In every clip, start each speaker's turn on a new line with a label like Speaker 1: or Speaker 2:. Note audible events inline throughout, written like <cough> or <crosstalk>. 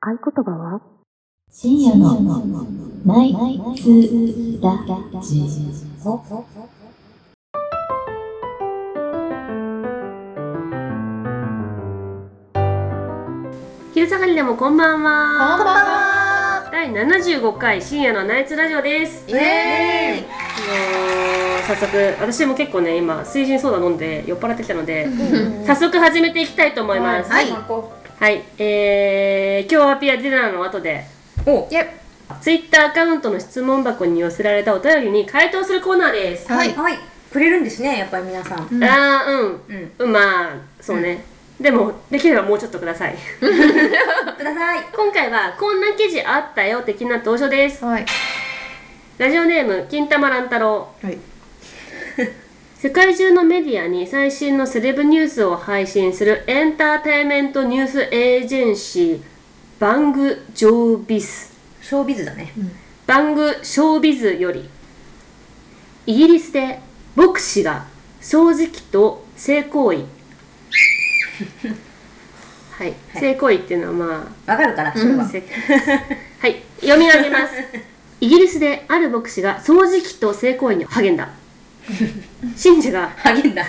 Speaker 1: 合言葉は
Speaker 2: 深夜のナイツラジオ。
Speaker 3: 昼下がりでもこんばんは。
Speaker 4: こんばんは。
Speaker 3: 第75回深夜のナイツラジオです。
Speaker 4: イエ
Speaker 3: あのー早速私も結構ね今水人ソーダ飲んで酔っ払ってきたので、
Speaker 4: ーイ。
Speaker 3: 早速始めていきたいと思います。
Speaker 4: はい。
Speaker 3: はい、えー、今日はピアディナーの後で
Speaker 4: お、イェ
Speaker 3: ツイッターアカウントの質問箱に寄せられたお便りに回答するコーナーです。
Speaker 4: はい
Speaker 5: はい。くれるんですね、やっぱり皆さん。
Speaker 3: あーうん、
Speaker 5: うん。
Speaker 3: うん、まあそうね、でもできればもうちょっとください
Speaker 5: ください。
Speaker 3: 今回はこんな記事あったよ的な投書です
Speaker 4: はい。
Speaker 3: ラジオネーム金玉乱太郎
Speaker 4: はい。
Speaker 3: 世界中のメディアに最新のセレブニュースを配信するエンターテインメントニュースエージェンシーバング・ジョービス
Speaker 5: ショービズだね。
Speaker 3: バング・ショービズよりイギリスで牧師が掃除機と性行
Speaker 4: <laughs>
Speaker 3: 為はい、性行為っていうのはまあ
Speaker 5: わかるから、それは。
Speaker 3: せはい、読み上げます。イギリスである牧師が掃除機と性行為に励んだ。信者が
Speaker 5: 励んだ。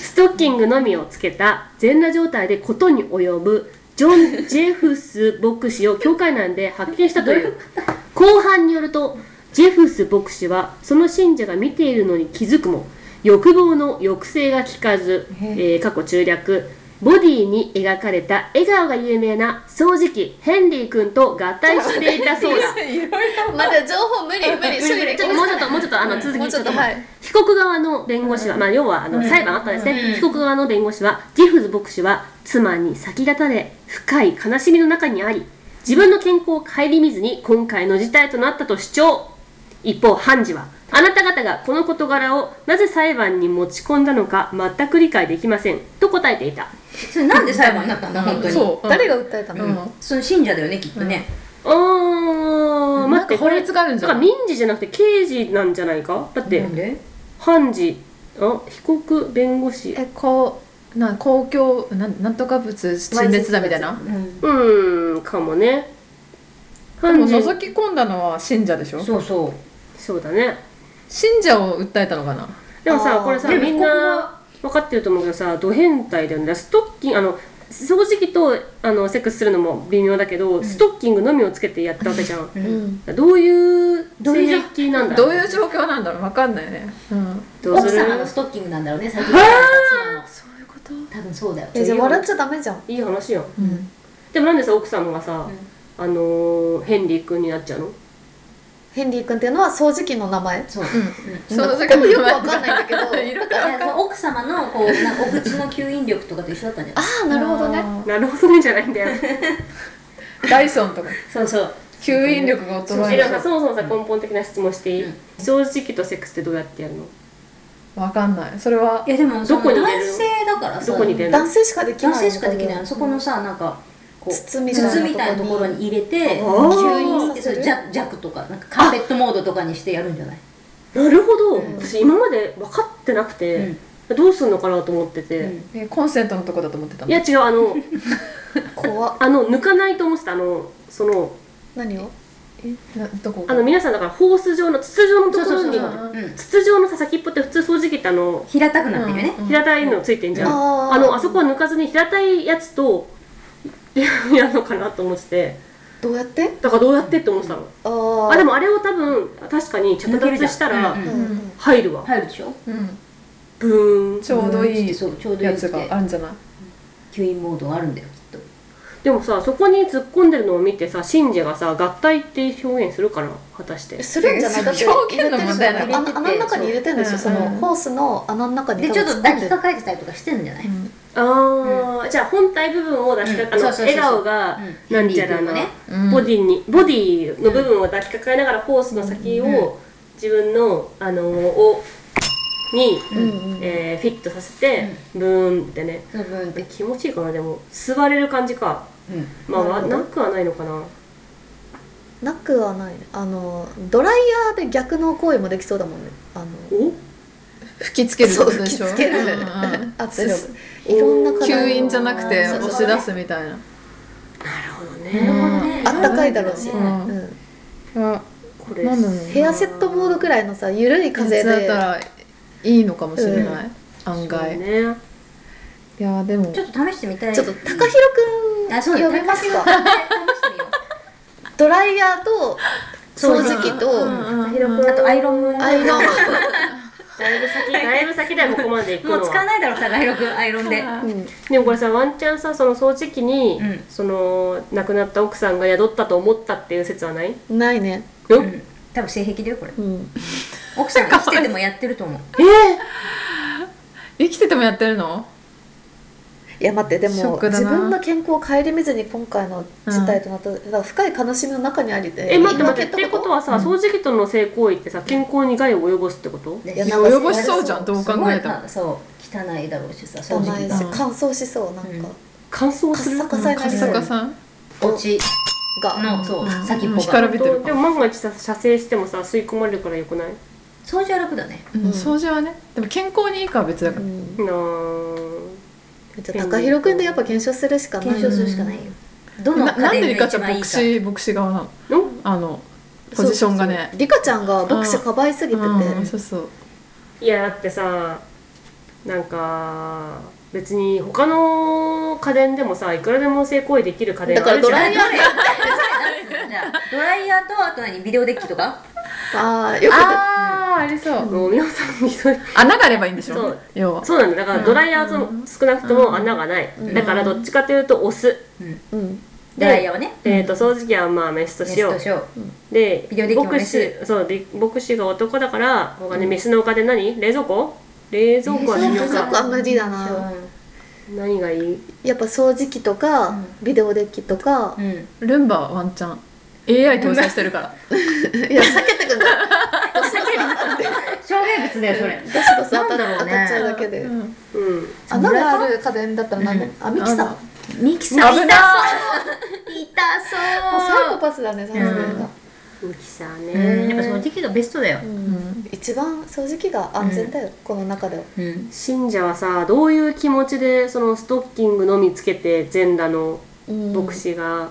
Speaker 3: ストッキングのみをつけた全裸状態でことに及ぶジョン・ <laughs> ジェフス牧師を教会内で発見したという後半によるとジェフス牧師はその信者が見ているのに気づくも欲望の抑制が効かず、えー過去中略ボディに描かれた笑顔が有名な掃除機ヘンリー君と合体していたそうだ
Speaker 4: まだ情報無理無理処理でき
Speaker 3: ちょっともうちょっともうちょっとあの続
Speaker 4: も
Speaker 3: き
Speaker 4: う
Speaker 3: ち
Speaker 4: ち
Speaker 3: ょ
Speaker 4: ょ
Speaker 3: っ
Speaker 4: っ
Speaker 3: と
Speaker 4: とはい。
Speaker 3: 被告側の弁護士は、まあ、要はあの裁判あったんですね、
Speaker 5: うん
Speaker 3: 被告側の弁護士はジェフズ牧師は妻に先立たれ深い悲しみの中にあり自分の健康を顧みずに今回の事態となったと主張一方判事はあなた方がこの事柄をなぜ裁判に持ち込んだのか全く理解できませんと答えていた
Speaker 5: それなんで裁判になったんだ、本当に。
Speaker 4: そう。誰が訴えた
Speaker 5: うん
Speaker 4: の？
Speaker 5: その信者だよね、きっとね。
Speaker 3: おー
Speaker 4: な
Speaker 3: 待
Speaker 4: ん
Speaker 3: って
Speaker 4: か法律があるんじゃ
Speaker 3: だか
Speaker 4: な
Speaker 3: ら
Speaker 4: い？
Speaker 3: 民事じゃなくて刑事なんじゃないかだって、
Speaker 5: なんで
Speaker 3: 判事あ被告弁護士
Speaker 4: え、こう、なん公共なんなんとか物陳列だみたいな。
Speaker 5: うん
Speaker 3: うーんかもね
Speaker 4: で
Speaker 3: 判
Speaker 4: も
Speaker 3: 事
Speaker 4: 覗き込んだのは信者でしょ？
Speaker 5: そうそう。
Speaker 3: そうだね
Speaker 4: 信者を訴えたのかな？
Speaker 3: でもさ
Speaker 5: あー
Speaker 3: これさ
Speaker 5: でも
Speaker 3: みん
Speaker 5: 被告
Speaker 3: な
Speaker 5: は
Speaker 3: 分かってると思うけどさド変態だよねストッキングあの掃除機とあのセックスするのも微妙だけど、ストッキングのみをつけてやったわけじゃん、
Speaker 4: ん。
Speaker 3: どういう
Speaker 5: どういう
Speaker 3: 性癖なんだ
Speaker 4: どういう状況なんだろう？わかんないね。うん。
Speaker 3: どう
Speaker 5: 奥
Speaker 3: する
Speaker 5: 様のストッキングなんだろうね、最近の妻の。
Speaker 4: そういうこと？
Speaker 5: 多分そうだよ。
Speaker 3: えじゃあ笑っ
Speaker 4: ちゃダメじゃん。
Speaker 3: いい話よ
Speaker 4: うん。
Speaker 3: でもなんでさ奥様がさ、あのーヘンリー君になっちゃうの
Speaker 6: ヘンリー君っていうのは掃除機の名前
Speaker 5: そう。
Speaker 4: そう
Speaker 6: なんかここよくわかんないんだけど
Speaker 4: 色
Speaker 5: だからその奥様のこうなんかお口の吸引力とかと一緒だったんじゃない
Speaker 4: <laughs>
Speaker 6: ああなるほどね。
Speaker 3: なるほどねじゃないんだよ
Speaker 4: ダイソンとか
Speaker 5: そうそう。
Speaker 4: 吸引力が衰
Speaker 3: え
Speaker 4: え
Speaker 3: で
Speaker 4: る
Speaker 3: もさそもそもさ根本的な質問していい、
Speaker 5: うん
Speaker 3: 掃除機とセックスってどうやってやるの
Speaker 4: わかんないそれはい
Speaker 5: やでもその
Speaker 3: どこに入れ
Speaker 5: 男
Speaker 3: る
Speaker 5: 性だからさ
Speaker 3: どこに出るの
Speaker 6: 男性しかできない
Speaker 5: 男性しかできないそこのさなんかこう
Speaker 6: 筒みたいなところ
Speaker 5: 筒
Speaker 6: に
Speaker 5: みたいなところに入れて
Speaker 3: あー
Speaker 5: 吸引してそれジャジャックとかなんかカーペットモードとかにしてやるんじゃない
Speaker 3: なるほど、私今まで分かってなくて、どうすんのかなと思ってて、
Speaker 5: うん
Speaker 4: えコンセントのとこだと思ってたの
Speaker 3: いや違うあの
Speaker 6: 怖っ
Speaker 3: あの抜かないと思ってたあのその
Speaker 6: 何を
Speaker 4: などこ
Speaker 3: あの皆さんだからホース状の筒状のところ
Speaker 4: そう
Speaker 3: に
Speaker 4: そうそう
Speaker 5: うん
Speaker 3: 筒状のさ先っぽって普通掃除機ってあの
Speaker 5: 平たくなってるよね
Speaker 4: うん
Speaker 3: 平たいのついてんじゃん、
Speaker 6: あー
Speaker 3: あのあそこは抜かずに平たいやつと <laughs> やるのかなと思ってて
Speaker 6: どうやって
Speaker 3: だからどうやってって思ってたの、
Speaker 6: あー
Speaker 3: あでもあれを多分確かに着脱したら
Speaker 5: 抜けるじゃん
Speaker 6: うん
Speaker 4: うん
Speaker 3: 入るわ、
Speaker 5: 入るでしょ
Speaker 4: うん
Speaker 3: ブーン
Speaker 4: ちょうどいい
Speaker 5: そうちょうどいい
Speaker 4: や
Speaker 5: って
Speaker 4: つがあるんじゃない
Speaker 5: 吸引モードがあるんだよきっ
Speaker 3: でもさそこに突っ込んでるのを見てさ信者がさ合体って表現するから果たして
Speaker 6: するんじゃないだって
Speaker 4: 表現の問題だ
Speaker 6: 入れてるじゃん穴穴の中に入れてるんでしょ
Speaker 4: そ
Speaker 6: そうの
Speaker 4: うん
Speaker 6: ホースの穴の中
Speaker 5: と
Speaker 6: に
Speaker 5: で
Speaker 6: 多
Speaker 5: ちょ
Speaker 6: 分
Speaker 5: っと
Speaker 6: 突込
Speaker 5: 抱き
Speaker 6: んでる
Speaker 5: かかえてたりとかしてんじゃない
Speaker 3: あー、じゃあ本体部分を出しか、
Speaker 5: うん
Speaker 3: あの
Speaker 5: そうそうそうそう
Speaker 3: 笑顔が
Speaker 5: うん
Speaker 3: なんちゃらな、
Speaker 5: ヘンリー君
Speaker 4: うん
Speaker 3: ボディにボディの部分を抱きかかえながらホースの先
Speaker 4: うんうん
Speaker 3: を自分のあのをに、
Speaker 6: うんうん
Speaker 3: えーフィットさせて、ブーンってね
Speaker 5: その分って
Speaker 3: 気持ちいいかなでも座れる感じか
Speaker 5: うん
Speaker 3: まあ
Speaker 6: なる
Speaker 3: わ
Speaker 6: ほど
Speaker 3: なくはないのかな
Speaker 6: なくはないあのドライヤーで逆の行為もできそうだもんねあの
Speaker 3: お
Speaker 4: 吹きつけるってことでしょ
Speaker 6: そう吹きつける
Speaker 4: うんうん
Speaker 6: 圧力いろんな課題を
Speaker 4: 吸引じゃなくて
Speaker 6: そう
Speaker 4: 押
Speaker 6: そう
Speaker 4: し出すみたいな
Speaker 3: なほど
Speaker 5: なる
Speaker 3: ね。
Speaker 5: ほどね
Speaker 6: あったかいだろうし、
Speaker 5: う
Speaker 6: うんん
Speaker 4: あ
Speaker 3: これ
Speaker 4: なんだろう
Speaker 6: ヘアセットボードくらいのさゆるい
Speaker 4: 風
Speaker 6: 風
Speaker 4: だった
Speaker 6: で
Speaker 4: らいいのかもしれない、案
Speaker 3: そう
Speaker 4: 外、
Speaker 3: ね。
Speaker 4: いやーでも
Speaker 5: ちょっと試してみたい
Speaker 6: ちょっと高
Speaker 5: い
Speaker 6: 弘
Speaker 5: あそう
Speaker 6: くん
Speaker 5: だ
Speaker 6: 呼
Speaker 5: ね
Speaker 6: びます
Speaker 5: 高
Speaker 6: か
Speaker 5: 弘君 <laughs> 試してみよ
Speaker 6: ドライヤーと掃除機と
Speaker 4: うんうんうん
Speaker 3: 広
Speaker 5: う
Speaker 3: く
Speaker 5: あとアイロンも
Speaker 6: アイロン
Speaker 3: だいぶ先だいぶ先だよここまで行く
Speaker 5: も
Speaker 3: の
Speaker 5: う使わ
Speaker 3: は
Speaker 5: ないだろう高弘君アイロンで
Speaker 6: うん
Speaker 3: でもこれさワンチャンさその掃除機に、
Speaker 5: うん
Speaker 3: その亡くなった奥さんが宿ったと思ったっていう説はない
Speaker 6: ないね、
Speaker 3: う
Speaker 5: うん多分性癖だよこれ
Speaker 6: うん、
Speaker 5: 奥さんが生きててもやってると思う
Speaker 3: えー
Speaker 4: 生きててもやってるの
Speaker 6: いや待ってで
Speaker 4: ショッ
Speaker 6: も
Speaker 4: クだな
Speaker 6: 自分の健康を顧みずに今回の事態となった、だから深い悲しみの中にありで
Speaker 3: え待って
Speaker 6: 言い
Speaker 3: 待
Speaker 6: 訳
Speaker 3: ってってことはさ、
Speaker 4: うん
Speaker 3: 掃除機との性行為ってさ健康に害を及ぼすってこと
Speaker 5: で
Speaker 6: いや
Speaker 5: す
Speaker 6: なんか
Speaker 5: ご
Speaker 6: 及ぼし
Speaker 4: そうじゃんどう考えても
Speaker 5: すごいかそう汚いだろうしさ
Speaker 6: 汚
Speaker 5: 掃除
Speaker 6: い
Speaker 5: 機
Speaker 6: し
Speaker 4: う
Speaker 5: が
Speaker 4: ん
Speaker 6: 乾燥しそうなんか、
Speaker 5: うん
Speaker 3: 乾燥する
Speaker 6: カッサカ
Speaker 4: うんカ
Speaker 6: サ
Speaker 4: ッ
Speaker 6: になりそう
Speaker 4: サカサ
Speaker 5: 落ち
Speaker 6: が、
Speaker 5: のそ
Speaker 4: う
Speaker 5: う
Speaker 4: ん
Speaker 5: 先っぽ
Speaker 4: 光
Speaker 5: が
Speaker 4: るびてる
Speaker 3: でも万が一さ射精してもさ吸い込まれるからよくない
Speaker 5: 掃除は楽だね
Speaker 4: うん
Speaker 6: うん
Speaker 4: 掃除はねでも健康にいいかは別だか
Speaker 6: う
Speaker 4: ら、
Speaker 6: ん
Speaker 3: なー
Speaker 6: じゃあ高弘くんでやっぱ検証するしかない
Speaker 5: 検証するしかないよどの
Speaker 4: ななん
Speaker 5: 家
Speaker 4: でリ
Speaker 5: 電が
Speaker 4: カち
Speaker 5: 一
Speaker 4: ゃん
Speaker 5: 番いい
Speaker 4: 牧
Speaker 5: か
Speaker 4: 師牧師側なの
Speaker 3: の
Speaker 4: あのポジションがね
Speaker 6: リカちゃんが牧師かばいすぎてて、
Speaker 4: うんそうそう
Speaker 3: いやだってさなんか別に他の家電でもさいくらでも性行為できる家電
Speaker 6: だ
Speaker 3: あ
Speaker 6: から
Speaker 3: るじ
Speaker 6: ド
Speaker 3: ゃ
Speaker 6: ラ
Speaker 3: ん
Speaker 6: イヤー
Speaker 5: <laughs> じゃあドライヤーとあと何ビデオデッキとか
Speaker 6: ああよく
Speaker 4: ああありそう
Speaker 3: もう皆さんにそう
Speaker 4: 穴があればいいんでしょ
Speaker 3: そう
Speaker 4: 要は
Speaker 3: そうなんだだからドライヤーは
Speaker 4: うん
Speaker 3: 少なくとも穴がない、
Speaker 6: うん
Speaker 3: だからどっちかというとオス、
Speaker 6: うん
Speaker 5: ドライヤーはね
Speaker 3: えー、と掃除機はまあメスとしよう
Speaker 5: メスと塩
Speaker 3: で
Speaker 5: ビデオデッキも
Speaker 3: 牧
Speaker 5: メス
Speaker 3: 師そうで牧師が男だから他ね、メスの他で何冷蔵庫冷蔵庫は
Speaker 5: 冷
Speaker 3: 何
Speaker 5: 蔵
Speaker 6: 家
Speaker 5: 庫
Speaker 6: 族
Speaker 3: か
Speaker 6: は無理だな
Speaker 5: う
Speaker 3: 何がいい
Speaker 6: やっぱ掃除機とか、
Speaker 5: うん
Speaker 6: ビデオデッキとか、
Speaker 5: んうん
Speaker 4: ルンバはワンチャン AI 搭載してるから
Speaker 6: <laughs> いや避けてくんだどしどし
Speaker 5: 障害物だよそれ
Speaker 6: どしどし当た
Speaker 5: なんだろうね
Speaker 6: 当たっちゃうだけで、
Speaker 4: うん
Speaker 3: うん
Speaker 6: あなんかある家電だったら何で、
Speaker 5: う
Speaker 6: あミキサー
Speaker 4: あの
Speaker 6: もう
Speaker 5: ミキ
Speaker 4: 危な
Speaker 5: 痛そう
Speaker 6: サイコパスだね最分が、
Speaker 3: ミキサー
Speaker 5: うん
Speaker 3: ね
Speaker 5: やっぱ掃除機がベストだよ
Speaker 6: うん
Speaker 4: ん
Speaker 6: 一番掃除機が安全だよ、この中では
Speaker 5: うん
Speaker 3: 信者はさどういう気持ちでそのストッキングのみつけて全裸の
Speaker 6: うん
Speaker 3: 牧師が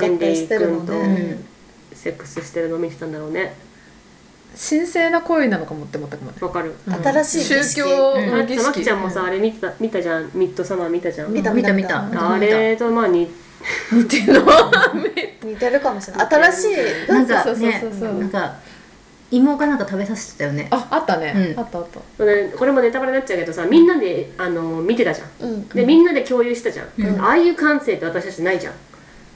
Speaker 3: ヘンリ
Speaker 6: 合体し
Speaker 3: ー
Speaker 6: てるの
Speaker 3: 君と
Speaker 6: ね、
Speaker 3: セックスしてるの見てたんだろうね
Speaker 4: 神聖な行為なのかもって思ったかもね
Speaker 3: わかる
Speaker 4: うん
Speaker 6: 新しい儀式
Speaker 4: 宗教の儀
Speaker 3: さまき
Speaker 4: 式
Speaker 3: ちゃんもさあれ見てた見たじゃんミッドサマー見たじゃん
Speaker 6: 見た
Speaker 5: 見
Speaker 6: 見
Speaker 5: た
Speaker 6: た
Speaker 5: 見
Speaker 6: 見
Speaker 5: た
Speaker 6: た
Speaker 3: あれとまあ似
Speaker 4: 似てるの
Speaker 6: 似てるかもしれない新しい
Speaker 5: なん
Speaker 4: そ
Speaker 5: か
Speaker 4: うそう
Speaker 5: ね
Speaker 4: そうそう
Speaker 5: なんか芋かなんか食べさせてたよね
Speaker 4: ああったね
Speaker 5: うん
Speaker 4: あったあった
Speaker 3: ねこれもネタバレになっちゃうけどさみんなであの見てたじゃん
Speaker 6: うん
Speaker 3: でみんなで共有したじゃん、
Speaker 5: うん
Speaker 3: ああいう感性って私たちないじゃん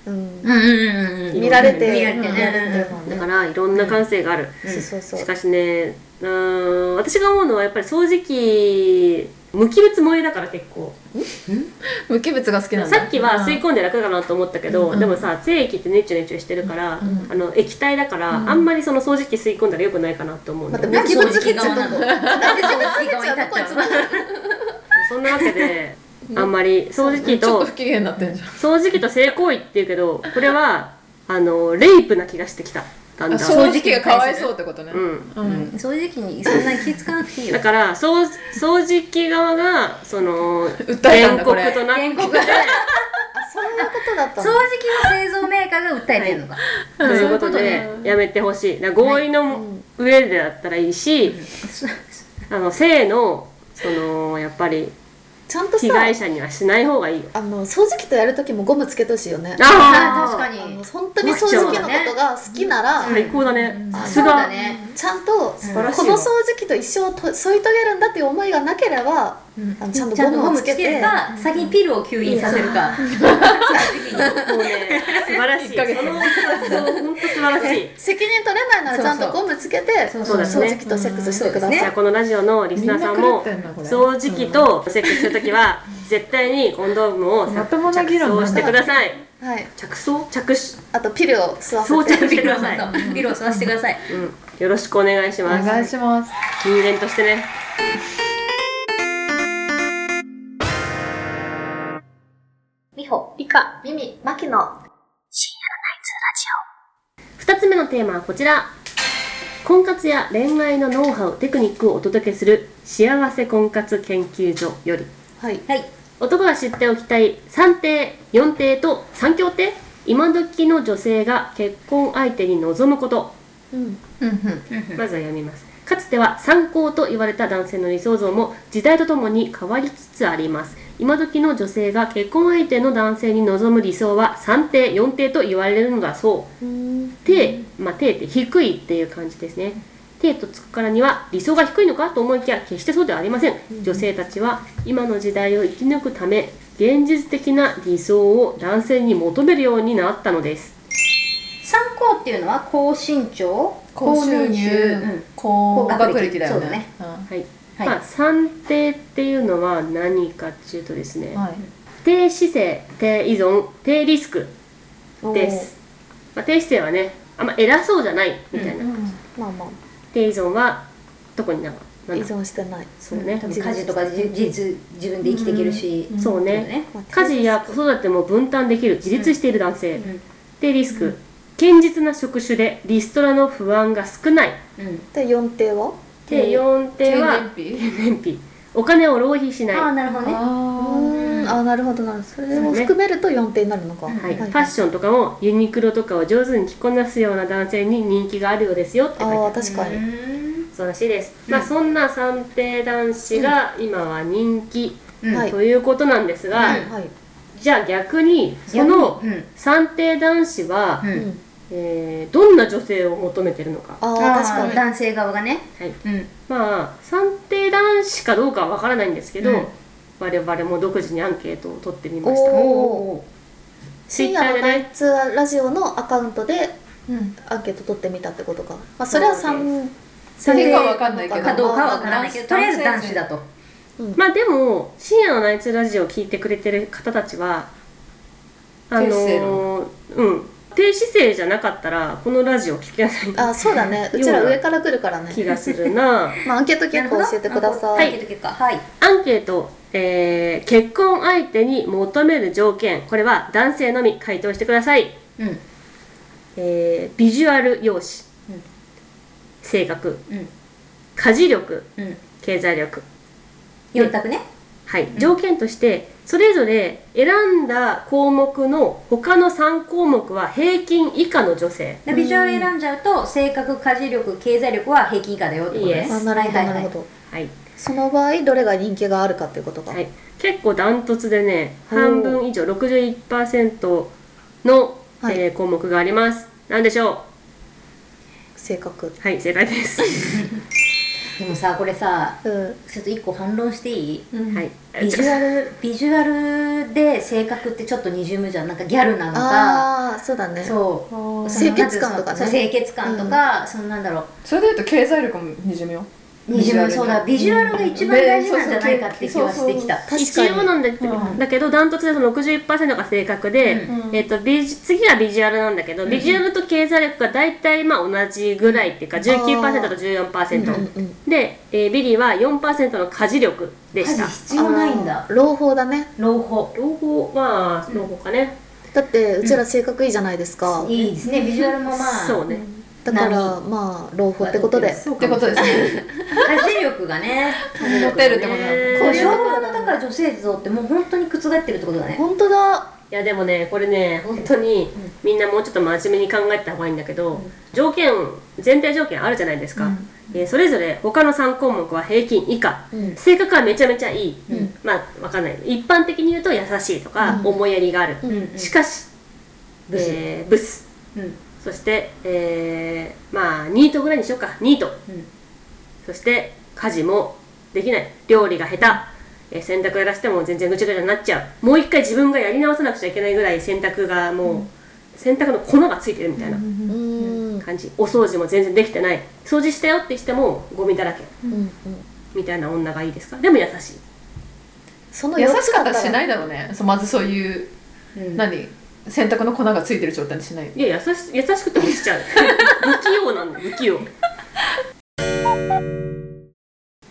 Speaker 6: うん
Speaker 5: うんうんうんうん
Speaker 6: 見られて
Speaker 5: 見られて
Speaker 6: うん
Speaker 5: ね
Speaker 3: だからいろんな感性がある、
Speaker 5: うん
Speaker 6: そうそうそう
Speaker 3: しかしねうーん私が思うのはやっぱり掃除機無機物萌えだから結構
Speaker 4: 無機物が好きなんだ
Speaker 3: さっきは吸い込んで楽だなと思ったけど、
Speaker 4: うん
Speaker 3: でもさ精液ってネチュネチュしてるから、あの液体だから、あんまりその掃除機吸い込んだらよくないかなと思うんだ
Speaker 6: 待
Speaker 3: よ
Speaker 6: っ
Speaker 3: ね
Speaker 6: て
Speaker 5: なんで掃除機
Speaker 6: 無機物
Speaker 5: 側なのなんで掃除機側に立っちゃうの
Speaker 3: そんなわけであんまり掃除機
Speaker 4: ちょっ
Speaker 3: と
Speaker 4: と不機嫌になってんじゃん
Speaker 3: 掃除機と性行為っていうけどこれはあのレイプな気がしてきただんだん
Speaker 4: 掃除機がかわいそうってことね
Speaker 3: うん
Speaker 4: う
Speaker 5: <laughs> うん
Speaker 4: ん
Speaker 5: 掃除機にそんなに気付かなくていいよ
Speaker 3: だから掃掃除機側がその
Speaker 4: 訴えたんだこれ
Speaker 3: 全国となって
Speaker 5: 全国で
Speaker 6: あそういうことだった
Speaker 5: 掃除
Speaker 6: の
Speaker 5: 機の製造メーカーが訴えてるのか、
Speaker 3: ということでやめてほしいだから合意の上でだったらいいし、あの性のそのやっぱり
Speaker 6: ちゃんとさ
Speaker 3: 被害者にはしない方がいいよ
Speaker 6: あの掃除機とやるときもゴムつけてほしいよね
Speaker 5: <laughs> あ確か
Speaker 6: あの
Speaker 5: に
Speaker 6: 本当に掃除機のことが好きなら、
Speaker 3: 最高だねさす
Speaker 5: そうだ
Speaker 3: が
Speaker 5: ね
Speaker 6: ちゃんと、
Speaker 5: 晴
Speaker 6: この
Speaker 3: らしいわ
Speaker 6: 掃除機と一生と添い遂げるんだっていう思いがなければ、あのちゃんと
Speaker 5: ちゃ
Speaker 6: ゴ
Speaker 5: んと
Speaker 6: ム
Speaker 5: ゴ
Speaker 6: を
Speaker 5: ム
Speaker 6: つ
Speaker 5: つ
Speaker 6: け
Speaker 5: け
Speaker 6: て
Speaker 5: るか先にピルを吸引させるか
Speaker 3: もうね素晴らしい
Speaker 4: 一ヶ月
Speaker 3: その活動本当素晴らしい
Speaker 6: 責任取れないならちゃんと
Speaker 5: そうそう
Speaker 6: ゴムつけて
Speaker 5: そうそう
Speaker 6: 掃除機とセックスしてください、
Speaker 5: うん
Speaker 3: じゃあこのラジオのリスナーさんも
Speaker 4: みんな狂ってんなこれ
Speaker 3: 掃除機とセックスするときは絶対にコンドームを
Speaker 4: まともな議論だな
Speaker 3: 着想してください
Speaker 6: はい、
Speaker 3: 着想着手
Speaker 6: あとピルを吸わせ
Speaker 3: 装
Speaker 6: て
Speaker 3: 着してくだ
Speaker 4: <laughs>
Speaker 3: さい、
Speaker 5: そうそうピルを吸わせてください
Speaker 3: うん、よろしくお願いし
Speaker 4: お
Speaker 3: ます
Speaker 4: 願いします
Speaker 3: 人間としてね
Speaker 6: 美穂理科ミミマキの
Speaker 3: 2つ目のテーマはこちら婚活や恋愛のノウハウテクニックをお届けする幸せ婚活研究所より
Speaker 6: はい
Speaker 5: <laughs> はい
Speaker 3: 男が知っておきたい3定4定と3協定今時の女性が結婚相手に望むこと
Speaker 6: うん
Speaker 4: うんうん
Speaker 3: まずは読みますかつては参考と言われた男性の理想像も時代とともに変わりつつあります今時の女性が結婚相手の男性に望む理想は3定4定と言われるのだそう
Speaker 6: うん
Speaker 3: 低、まあ、低って低いっていう感じですね低とつくからには理想が低いのかと思いきや決してそうではありません女性たちは今の時代を生き抜くため現実的な理想を男性に求めるようになったのです
Speaker 5: 参考っていうのは高身長
Speaker 4: 高収入
Speaker 5: うん
Speaker 4: 高学歴だよ
Speaker 5: そうだ
Speaker 4: ね
Speaker 5: ね
Speaker 4: うん
Speaker 3: はい、
Speaker 5: はい
Speaker 3: まあ算定っていうのは何かっていうとですね、
Speaker 4: はい
Speaker 3: 低姿勢低依存低リスクです、まあ、低姿勢はねあんま偉そうじゃないみたいな、
Speaker 6: まあまあ
Speaker 3: 低依存は特になんかなん
Speaker 6: 依
Speaker 3: だ
Speaker 6: 存してない
Speaker 3: そうね、
Speaker 5: 多分家事とか自自自分で生きていけるし、
Speaker 4: うん
Speaker 3: そうね家事や子育ても分担できる自立している男性、
Speaker 5: うん
Speaker 3: 低リスク、堅実な職種でリストラの不安が少ない
Speaker 5: うん
Speaker 6: で4定は
Speaker 3: で4
Speaker 4: 低
Speaker 3: 点は
Speaker 4: 年
Speaker 3: 低燃費お金を浪費しない
Speaker 5: ああなるほど
Speaker 4: 費
Speaker 5: ね
Speaker 4: あ
Speaker 6: うんあなるほどなそれも含めると4定になるのか、
Speaker 3: はい、ファ
Speaker 6: あ
Speaker 3: ッションとかもユニクロとかを上手に着こなすような男性に人気があるようですよって書いてあ
Speaker 6: あ
Speaker 3: る
Speaker 6: 確かに、
Speaker 5: うん
Speaker 3: そうらしいです、まあそんな三定男子が今は人気、
Speaker 5: うん
Speaker 6: はい
Speaker 3: ということなんですが、
Speaker 5: うん
Speaker 6: はい、
Speaker 3: じゃあ逆にその
Speaker 5: うん
Speaker 3: 三定男子は、
Speaker 5: う
Speaker 6: うん
Speaker 5: ん
Speaker 3: えーどんな女性を求めてるのか
Speaker 6: ああ
Speaker 5: ああ
Speaker 6: 確かに
Speaker 5: 男性側がね
Speaker 3: はい
Speaker 5: うん
Speaker 3: まあ三定男子かどうかはわからないんですけど、
Speaker 5: うん
Speaker 3: 我々も独自にアンケートを取ってみました
Speaker 6: お
Speaker 5: お
Speaker 6: お
Speaker 5: ー
Speaker 6: 深夜のナイツラジオのアカウントで
Speaker 4: うん
Speaker 6: アンケート取ってみたってことか、まあ、それは3
Speaker 5: そ
Speaker 4: 低
Speaker 5: れで
Speaker 4: かわかんないけど
Speaker 5: かどうかはわからないけどとりあえず男子だと
Speaker 3: まあでも深夜のナイツラジオを聞いてくれてる方たちはあの
Speaker 4: 低姿勢
Speaker 3: ーうん低姿勢じゃなかったらこのラジオ聞けない
Speaker 6: あそうだねうちら上から来るからね
Speaker 3: 気がするな
Speaker 6: まあ、アンケート結構教えてくださ
Speaker 5: はいい結果はい
Speaker 3: アンケート、えー結婚相手に求める条件これは男性のみ回答してください、
Speaker 5: うん
Speaker 3: えービジュアル容姿、
Speaker 5: うん
Speaker 3: 性格
Speaker 5: うん
Speaker 3: 家事力
Speaker 5: うん
Speaker 3: 経済力
Speaker 5: 4択ね
Speaker 3: はい、条件としてそれぞれ選んだ項目の他の3項目は平均以下の女性
Speaker 5: でビジュアル選んじゃうと性格家事力経済力は平均以下だよってことね
Speaker 3: イエ
Speaker 6: あ
Speaker 3: ス
Speaker 6: なるほど
Speaker 5: はい
Speaker 6: な
Speaker 5: はいはい
Speaker 6: るほど
Speaker 3: はい、
Speaker 6: その場合どれが人気があるかっていうことか、
Speaker 3: はい、結構ダントツでね
Speaker 6: おー
Speaker 3: 半分以上61%の、
Speaker 6: はい
Speaker 3: えー項目があります何でしょ
Speaker 6: 性格
Speaker 3: うはい正解です
Speaker 6: <laughs>
Speaker 5: でもさこれさ
Speaker 6: うん
Speaker 5: ちょっと一個反論していい
Speaker 6: <laughs>
Speaker 3: はい <laughs>
Speaker 5: ビジュアルビジュアルで性格ってちょっと二重無じゃんなんかギャルなのか
Speaker 6: ああそうだね
Speaker 5: そう
Speaker 6: あー
Speaker 5: その
Speaker 6: 清潔感とかね
Speaker 5: そう清潔感とか、そのなんだろう
Speaker 4: それでいうと経済力もにじみよ
Speaker 5: 二重無そうだビジュアルが一番大事なんじゃないかって気はしてきた
Speaker 6: 確
Speaker 3: 一応
Speaker 6: かに
Speaker 3: なんだけど、
Speaker 4: うん
Speaker 3: だけどダントツでその61%が正確で、
Speaker 5: う
Speaker 3: えっとビジ次はビジュアルなんだけど、ビジュアルと経済力が大体まあ同じぐらいっていうか19%と14%、
Speaker 6: うんうん
Speaker 3: で、えービリーは4%の家事力で
Speaker 5: 家
Speaker 3: し
Speaker 5: 事
Speaker 3: た
Speaker 5: 必要ないんだ
Speaker 6: あー朗報だね
Speaker 5: 朗報
Speaker 3: 両方まあの方かね、
Speaker 6: だってうちら性格いいじゃないですか、
Speaker 5: いいですねビジュアルもまあ
Speaker 3: そうね、
Speaker 6: だからまあ朗報ってことで
Speaker 4: ってことですね
Speaker 5: 家事力がね
Speaker 4: モテるってことだ
Speaker 5: こ
Speaker 3: え
Speaker 5: う
Speaker 3: ー
Speaker 5: 昭和のだから女性像ってもう本当に覆ってるってことだね
Speaker 6: 本当だ
Speaker 3: いやでもねこれね本当にみんなもうちょっと真面目に考えた方がいいんだけど、条件全体条件あるじゃないですか、えーそれぞれ他の3項目は平均以下、
Speaker 6: うん
Speaker 3: 性格はめちゃめちゃいい、
Speaker 5: うん
Speaker 3: まあわかんない一般的に言うと優しいとか、
Speaker 6: うん
Speaker 3: 思いやりがある、
Speaker 5: うんうん
Speaker 3: しかし
Speaker 5: ブス
Speaker 3: えーブス
Speaker 5: うんうん
Speaker 3: そして、えーまあニートぐらいにしようかニートそして家事もできない料理が下手、えー洗濯やらせても全然ぐちゃぐちゃになっちゃうもう一回自分がやり直さなくちゃいけないぐらい洗濯がもう、洗濯の粉がついてるみたいな
Speaker 6: うーん
Speaker 3: 感じお掃除も全然できてない掃除したよってしてもゴミだらけ
Speaker 6: うんうん
Speaker 3: みたいな女がいいですかでも優しい
Speaker 6: その
Speaker 4: 優
Speaker 6: 4
Speaker 4: し
Speaker 6: つ
Speaker 4: か
Speaker 6: だ
Speaker 4: っ
Speaker 6: ったた
Speaker 4: らし
Speaker 6: ら
Speaker 4: ないだろうねそうまずそういう
Speaker 5: うん
Speaker 4: 何洗濯の粉がついてる状態にしない
Speaker 3: いや優し優しくてもしちゃう不器用なんだ不器用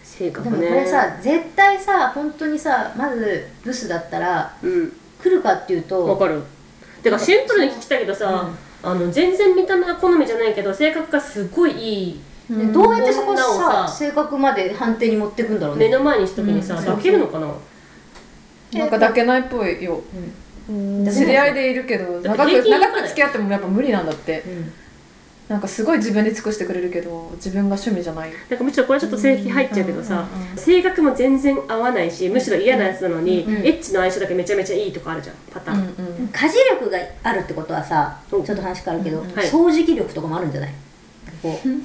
Speaker 3: 性
Speaker 5: で
Speaker 3: 格
Speaker 5: もこ
Speaker 3: ね
Speaker 5: れさ絶対さ本当にさまずブスだったら
Speaker 3: うん
Speaker 5: 来るかっていう
Speaker 3: わ
Speaker 5: と
Speaker 3: かるてかシンプルに聞きたいけどさ、あの全然見た目が好みじゃないけど性格がすごいいい
Speaker 5: ねどうやってそこ
Speaker 3: 女をさ
Speaker 5: さ性格まで判定に持ってくんだろう
Speaker 3: 目
Speaker 5: ね
Speaker 3: の前にした時にさ、
Speaker 5: うん
Speaker 3: 抱けるのかな
Speaker 4: なんか抱けないっぽいよ
Speaker 6: うん
Speaker 4: 知り合いでいるけど
Speaker 3: だって
Speaker 4: 長く
Speaker 3: 平均以下だよ
Speaker 4: 長く付き合ってもやっぱ無理なんだって
Speaker 5: うん
Speaker 4: なんかすごい自分で尽くしてくれるけど自分が趣味じゃない
Speaker 3: なんかむしろこれはちょっと性癖入っちゃうけどさ、
Speaker 4: うんうんうん
Speaker 3: 性格も全然合わないしむしろ嫌なやつなのに、
Speaker 5: うんうん
Speaker 3: エッチの相性だけめちゃめちゃいいとかあるじゃんパターン、
Speaker 4: うん
Speaker 5: 家事力があるってことはさち
Speaker 3: う
Speaker 5: ょ
Speaker 3: ん
Speaker 5: っと話変わるけど、
Speaker 3: んはい
Speaker 5: 掃除機力とかもあるんじゃないこう
Speaker 4: うん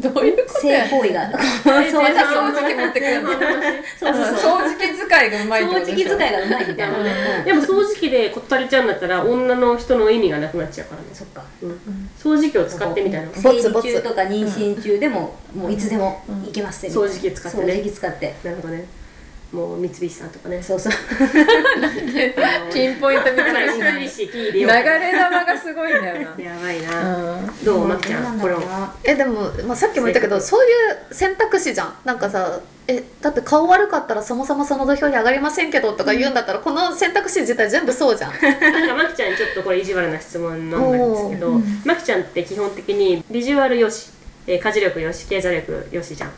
Speaker 4: どういうこと
Speaker 5: 性
Speaker 4: や
Speaker 5: 行為が
Speaker 3: 全然
Speaker 4: 私掃除機持ってくるの
Speaker 5: そうそうそう
Speaker 4: 掃除機使いがうまいってこ
Speaker 5: 掃
Speaker 4: と
Speaker 5: 除
Speaker 4: で
Speaker 5: 機
Speaker 4: しょ
Speaker 5: 使いがうまいみたいな、
Speaker 3: う
Speaker 5: うん
Speaker 3: でも掃除機でこったりちゃうんだったら女の人の意味がなくなっちゃうからね
Speaker 5: そっか
Speaker 3: 掃除機を使ってみたいな
Speaker 5: 生理
Speaker 6: ボツボツ
Speaker 5: 中とか妊娠中でも、もういつでも
Speaker 4: うん
Speaker 5: 行けます
Speaker 3: 掃除機使ってね
Speaker 5: 掃除機使って
Speaker 3: なるほどねもう三菱さんとかね
Speaker 5: そうそう
Speaker 4: ピンポイントみたいな
Speaker 3: 三菱キー
Speaker 4: 流
Speaker 3: リオ
Speaker 4: れ玉がすごいんだよな
Speaker 3: やばいな、
Speaker 4: う
Speaker 3: どうまきちゃんこれを
Speaker 6: えでも、まあ、さっきも言ったけどそういう選択肢じゃんなんかさえだって顔悪かったらそもそもその土俵に上がりませんけどとか言うんだったら、この選択肢自体全部そうじゃん
Speaker 3: なんかまきちゃんにちょっとこれ意地悪な質問なんですけどまきちゃんって基本的にビジュアルよし、えー家事力よし経済力よしじゃん、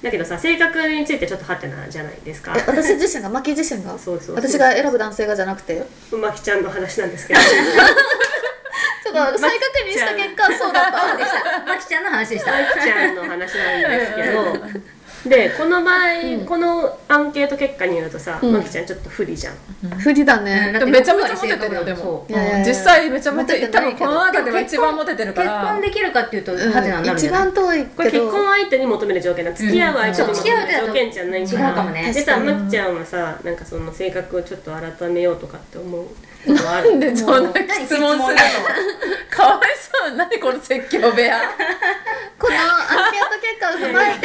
Speaker 3: だけどさ性格についてちょっとハテナじゃないです <laughs> か
Speaker 6: え私自身がマキ自身が
Speaker 3: そうそう
Speaker 6: 私が選ぶ男性がじゃなくて
Speaker 3: まきちゃんの話なんですけど
Speaker 6: ちょっと再確認した結果そうだった
Speaker 5: でしたまきちゃんの話でした
Speaker 3: まきちゃんの話なんですけどでこの場合、このアンケート結果によるとさ、
Speaker 6: うん
Speaker 3: まきちゃんちょっと不利じゃん
Speaker 6: 不利だ
Speaker 5: うん
Speaker 6: ね
Speaker 5: だって
Speaker 4: めちゃめちゃモテてるよで
Speaker 5: そ
Speaker 4: も
Speaker 5: う
Speaker 6: いやいやいや
Speaker 4: 実際めちゃめち
Speaker 6: モテ
Speaker 4: ゃ
Speaker 6: て
Speaker 4: 多
Speaker 6: ない
Speaker 4: 分
Speaker 6: け
Speaker 4: こ
Speaker 6: ど
Speaker 4: の中では一番モテてるか
Speaker 5: 結
Speaker 4: ら
Speaker 5: 婚できるかっていうとハテナになるんじ
Speaker 6: 一
Speaker 5: ゃない、
Speaker 6: 番遠い
Speaker 3: これ
Speaker 6: け
Speaker 3: 結
Speaker 6: ど
Speaker 3: 婚相手に求める条件だ付き合う相手に求める条件じゃないから、
Speaker 5: うんそう付き合う相手だと違うかもね
Speaker 3: でさまきちゃんはさなんかその性格をちょっと改めようとかって思うことはある
Speaker 4: なんでそんな
Speaker 5: 何
Speaker 4: 質問するのかわいそう何この説教部屋
Speaker 6: このアンケート結果を踏まえて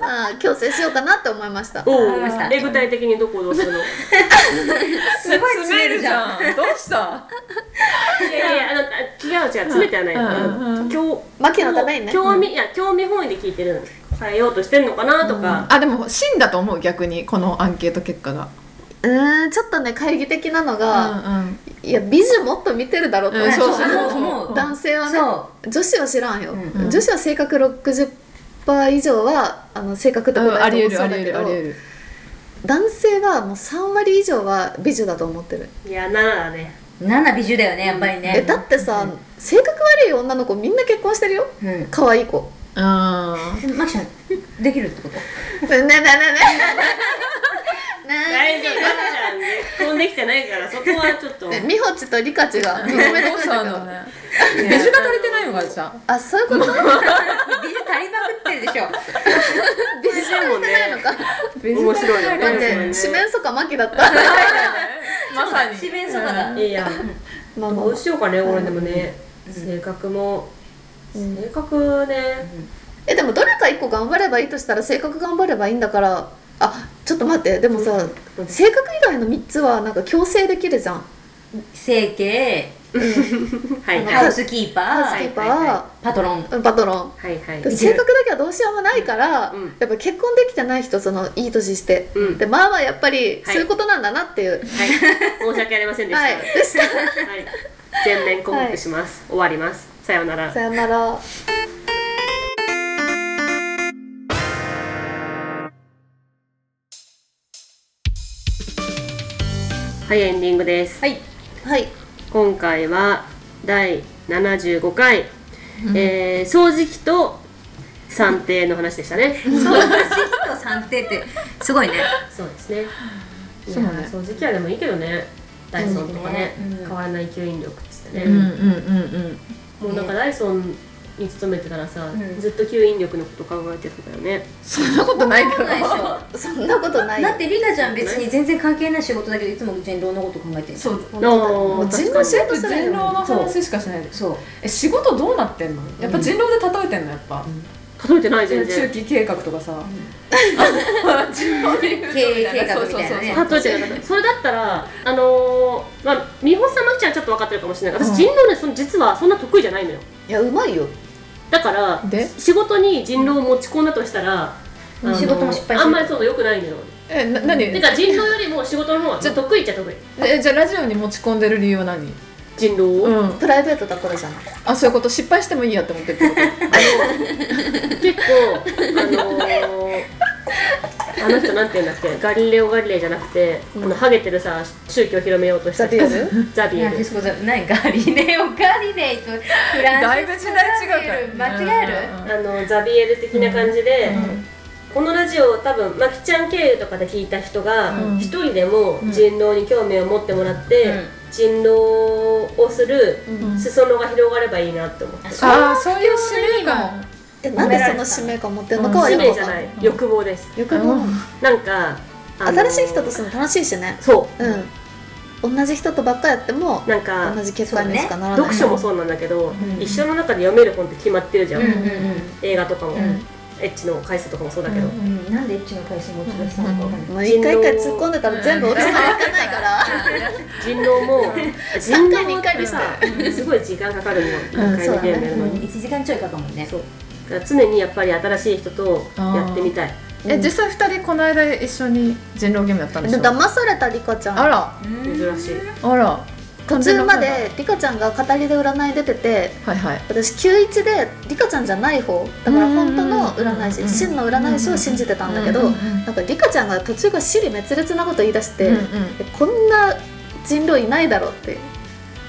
Speaker 6: まあ強制しようかなって思いました
Speaker 3: お
Speaker 5: わかりました
Speaker 3: で具体的にどこをどうするのい
Speaker 4: すごい
Speaker 5: 詰めるじゃ
Speaker 4: んどうした
Speaker 3: やいやあのあ違う違う詰めてはない
Speaker 4: うんうんうん
Speaker 3: 興
Speaker 6: マキのためにね
Speaker 3: 興味いや興味本位で聞いてる変えようとしてんのかなとか、
Speaker 4: あでも真だと思う逆にこのアンケート結果が
Speaker 6: うーんちょっとね懐疑的なのが、
Speaker 4: うん
Speaker 6: いや美女もっと見てるだろうと思う、
Speaker 4: うんそうそう
Speaker 5: そう
Speaker 4: 思う
Speaker 6: 男性はね
Speaker 5: そ
Speaker 6: 女子は知らんよ、
Speaker 5: うん
Speaker 4: うん
Speaker 6: 女子は性格60%以上はあの性格って
Speaker 4: うん
Speaker 6: 答
Speaker 4: あ
Speaker 6: え
Speaker 4: り
Speaker 6: る
Speaker 4: える
Speaker 6: と思
Speaker 4: あ
Speaker 6: う
Speaker 4: り
Speaker 6: だ
Speaker 4: え
Speaker 6: け
Speaker 4: るあ
Speaker 6: ど
Speaker 4: りえる
Speaker 6: 男性はもう3割以上は美女だと思ってる、
Speaker 3: いやならね
Speaker 5: う7美女だよねやっぱりね
Speaker 6: えだってさ、性格悪い女の子みんな結婚してるよ
Speaker 5: うん
Speaker 6: 可愛い子
Speaker 4: うん
Speaker 5: マキちゃんできるってこと
Speaker 6: ねねねねねね
Speaker 3: 大丈夫まきちゃん結婚できてないからそこはちょっと
Speaker 6: ねみほちとりかちが認めて
Speaker 4: ど
Speaker 6: く
Speaker 4: う
Speaker 6: れ
Speaker 4: したた
Speaker 6: けど
Speaker 4: のねビジュが足りてないのかじゃ
Speaker 6: あそういうこと
Speaker 5: 美女足りまくってるでしょ
Speaker 6: 美女足りてないのか、
Speaker 4: あビ
Speaker 3: 面白いよね
Speaker 6: だって
Speaker 3: 面白
Speaker 6: 四
Speaker 3: いね
Speaker 6: 面楚歌マキだ
Speaker 4: <laughs>
Speaker 6: った
Speaker 4: まさに
Speaker 5: 四面楚歌だ
Speaker 3: いや
Speaker 6: まあまあ
Speaker 3: どうしようかね俺でもね、性格も、
Speaker 6: うん
Speaker 3: 性格ね、
Speaker 6: えでもどれか一個頑張ればいいとしたら性格頑張ればいいんだからあちょっと待ってでもさ、
Speaker 3: うん
Speaker 6: 性格以外の3つはなんか強制できるじゃん、
Speaker 5: 整形
Speaker 3: はいはい
Speaker 5: ハウスキーパ
Speaker 6: ハウ
Speaker 5: ー
Speaker 6: スキーパー、
Speaker 3: はいは
Speaker 5: パトロン
Speaker 6: バトロン
Speaker 3: はいはい
Speaker 6: 性格だけはどうしようもないから、
Speaker 3: うん
Speaker 6: やっぱ結婚できてない人そのいい年して、
Speaker 3: うん
Speaker 6: でまあまあやっぱり
Speaker 3: は
Speaker 6: そ
Speaker 3: いう
Speaker 6: いうことなんだなっていう
Speaker 3: はい申し訳ありませんでした、
Speaker 6: はい、でし
Speaker 3: はい、全面告白します、終わりますさようなら
Speaker 6: たさよなら
Speaker 3: はいエンディングです、
Speaker 5: はい
Speaker 6: はい
Speaker 3: 今回は第75回、えー掃除機と算定の話でしたね
Speaker 5: と算定ってすごいね
Speaker 3: そうですねいや
Speaker 4: そうね
Speaker 3: ー掃除機はでもいいけどねダイソンとかね、
Speaker 5: うん
Speaker 3: 変わらない吸引力っつってね、
Speaker 4: うんうんうん
Speaker 3: もうなんかダイソンに勤めてからさ、
Speaker 5: ん
Speaker 3: ずっと吸引力のこと考えてたんだよね
Speaker 4: そんなことないだ
Speaker 5: そうないでし
Speaker 4: ろ
Speaker 5: ょ
Speaker 6: そんなことないよ
Speaker 5: だってリナちゃん別に全然関係ない仕事だけどいつもうちにどんなこと考えてる
Speaker 4: そう
Speaker 6: 本当だよ
Speaker 3: おー
Speaker 6: もう
Speaker 3: 確
Speaker 6: 人
Speaker 3: か
Speaker 6: 狼
Speaker 3: に
Speaker 6: しようとす
Speaker 4: 人
Speaker 6: る
Speaker 4: 狼
Speaker 6: よ
Speaker 4: の話しかしないです
Speaker 5: そう
Speaker 4: え仕事どうなってんのやっぱ人狼で例えてんのやっぱ
Speaker 3: 例えてない全
Speaker 4: 中
Speaker 3: 然
Speaker 4: 期計画とかさ人狼で言うとみたいな
Speaker 5: 経営計画みたいな
Speaker 3: <laughs>
Speaker 5: ね
Speaker 4: そうそうそう
Speaker 3: 例えてなかったそれだったらあのー、まあ美穂さんまきちゃんはちょっと分かってるかもしれない私、
Speaker 4: うん
Speaker 3: 人狼ねその実はそんな得意じゃないのよ
Speaker 6: いやうまいよ
Speaker 3: だから
Speaker 4: で
Speaker 3: 仕事に人狼を持ち込んだとしたら、あの
Speaker 5: 仕事も失敗する
Speaker 3: あんまりそうよくないのよ
Speaker 4: えな何
Speaker 3: てか人狼よりも仕事の方が得意っちゃ得意
Speaker 4: えじゃあラジオに持ち込んでる理由は何
Speaker 3: 人狼を、
Speaker 4: うん
Speaker 6: プライベートだからじゃない
Speaker 4: あそういうこと失敗してもいいやって <laughs> 思ってるってこ
Speaker 3: 結構あのーあの人なんて言うんだっけガリレオ・ガリレイじゃなくて、あのハゲてるさ宗教広めようとした
Speaker 6: ザ
Speaker 3: 人
Speaker 6: ビエル
Speaker 3: ザビエ
Speaker 5: フランシ
Speaker 3: ル
Speaker 5: スコザないガリレオガリレイとフランシスコ
Speaker 4: だいぶ時代違うから
Speaker 5: ザビエル間違える、
Speaker 4: うん
Speaker 3: あのザビエル的な感じで、このラジオを多分まきちゃん経由とかで聞いた人が
Speaker 4: うん
Speaker 3: 一、人でも人狼に興味を持ってもらって、
Speaker 5: うん
Speaker 3: 人狼をする
Speaker 4: うん
Speaker 3: 裾野が広がればいいなって思って、
Speaker 4: ああそういう使命感
Speaker 6: でなんでその使命感持ってるのかは
Speaker 3: 使
Speaker 6: よく
Speaker 3: 命じ
Speaker 6: わ
Speaker 3: ゃ
Speaker 6: かんな
Speaker 3: ないい欲望です
Speaker 6: 欲望
Speaker 3: なんか、あの
Speaker 6: 新しい人とするの楽しいしね
Speaker 3: そう
Speaker 6: うん同じ人とばっかやっても
Speaker 3: なんか
Speaker 6: 同じ結果にしかならない
Speaker 3: 読書もそうなんだけど、
Speaker 5: ん
Speaker 3: 一緒の中で読める本って決まってるじゃん、
Speaker 5: うんうん
Speaker 3: 映画とかも、
Speaker 5: ん
Speaker 3: エッチの回数とかもそうだけど、
Speaker 4: うん
Speaker 5: うん、うん、なんでエッチの回数持ち出したのかわかんない
Speaker 6: もう一回一回突っ込んでたら全部落ちていかないから
Speaker 3: 人狼も人
Speaker 6: 3回
Speaker 3: 狼
Speaker 6: に1回でした
Speaker 3: すごい時間かかるの一
Speaker 4: うん
Speaker 3: 回のゲームやるの
Speaker 5: うん
Speaker 3: に、
Speaker 5: 1時間ちょいかかるもんね
Speaker 3: そうだから常にやっぱり新しい人とやってみたい
Speaker 4: え実際二人この間一緒に人狼ゲームやったんでしょ
Speaker 6: 騙されたリカちゃん
Speaker 4: あら
Speaker 5: うん
Speaker 3: 珍しい
Speaker 4: あら
Speaker 6: 途中までリカちゃんが語りで占い出てて
Speaker 4: はいはい
Speaker 6: 私91でリカちゃんじゃない方だから本当の占い
Speaker 4: うん
Speaker 6: 師真の占い師を信じてたんだけ
Speaker 4: うん
Speaker 6: ど
Speaker 4: うんうん
Speaker 6: なんかリカちゃんが途中から尻滅裂なこと言い出して、
Speaker 4: うんうん
Speaker 6: えこんな人狼いないだろうって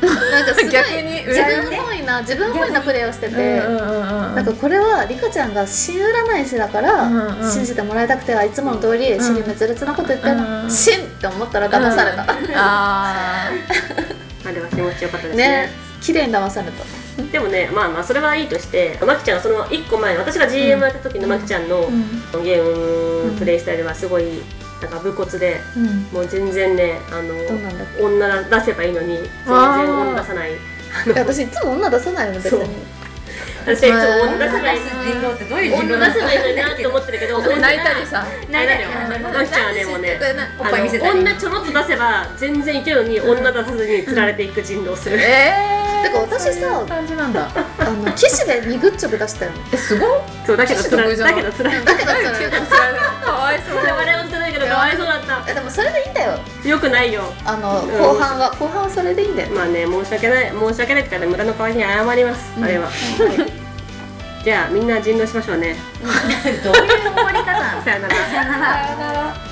Speaker 6: なんかすごい
Speaker 4: 逆に
Speaker 6: 自分本位な自分本位なプレーをしてて、
Speaker 4: うんうんうんうん
Speaker 6: なんかこれはリカちゃんが新占い師だか
Speaker 4: うんう
Speaker 6: ら
Speaker 4: ん
Speaker 6: 信じてもらいたくてはいつもの通り
Speaker 4: ん
Speaker 6: 死に滅裂なこと言ってる
Speaker 4: う
Speaker 6: の
Speaker 4: ん
Speaker 6: 死って思ったら騙された、
Speaker 4: あ
Speaker 3: あれは気持ちよかったですね
Speaker 6: ね綺麗に騙された
Speaker 3: でもねまあまあそれはいいとしてまきちゃんがその1個前私が GM やった時のまきちゃん
Speaker 4: ー
Speaker 3: の
Speaker 4: うん
Speaker 3: ゲームプレイスタイルはすごいなんか武骨で
Speaker 4: うん
Speaker 3: もう全然ねあの
Speaker 6: どうなんだっ
Speaker 3: 女出せばいいのに全然
Speaker 4: あー
Speaker 3: 女出さない
Speaker 6: け私いつも女出さないよね別
Speaker 3: そう
Speaker 6: に
Speaker 3: 私はいつも女出
Speaker 5: 出
Speaker 3: せない
Speaker 5: す人狼ってどういう人
Speaker 3: 女
Speaker 5: 狼
Speaker 3: 出せないのになって思ってるけど
Speaker 4: 泣いたりさ
Speaker 3: 泣いたりまきちゃんはねもうねあの女ちょろっと出せば全然いけるのに女出さずに釣られていく人狼する
Speaker 4: えー、
Speaker 6: てか私さ
Speaker 4: そういう感じなんだ
Speaker 6: あの騎士でニグッチョブ出したよね
Speaker 4: えすごい
Speaker 3: そうだけどつら
Speaker 4: ちょっと得意じゃな
Speaker 3: だ
Speaker 4: い
Speaker 3: けどつらい
Speaker 6: だけどそれ
Speaker 4: かわいそう
Speaker 3: 我々本当だけどかわいそうだっ
Speaker 6: えでもそれでいいんだよ
Speaker 3: たよくないよ
Speaker 6: あの後半は後半はそれでいいんだよ
Speaker 3: まあね申し訳ない申し訳ないってから無駄の代わりに謝ります、あれは、じゃあみんな人狼しましょうね
Speaker 5: どういう終わり方なの
Speaker 3: さよなら
Speaker 5: さよなら
Speaker 4: さよなら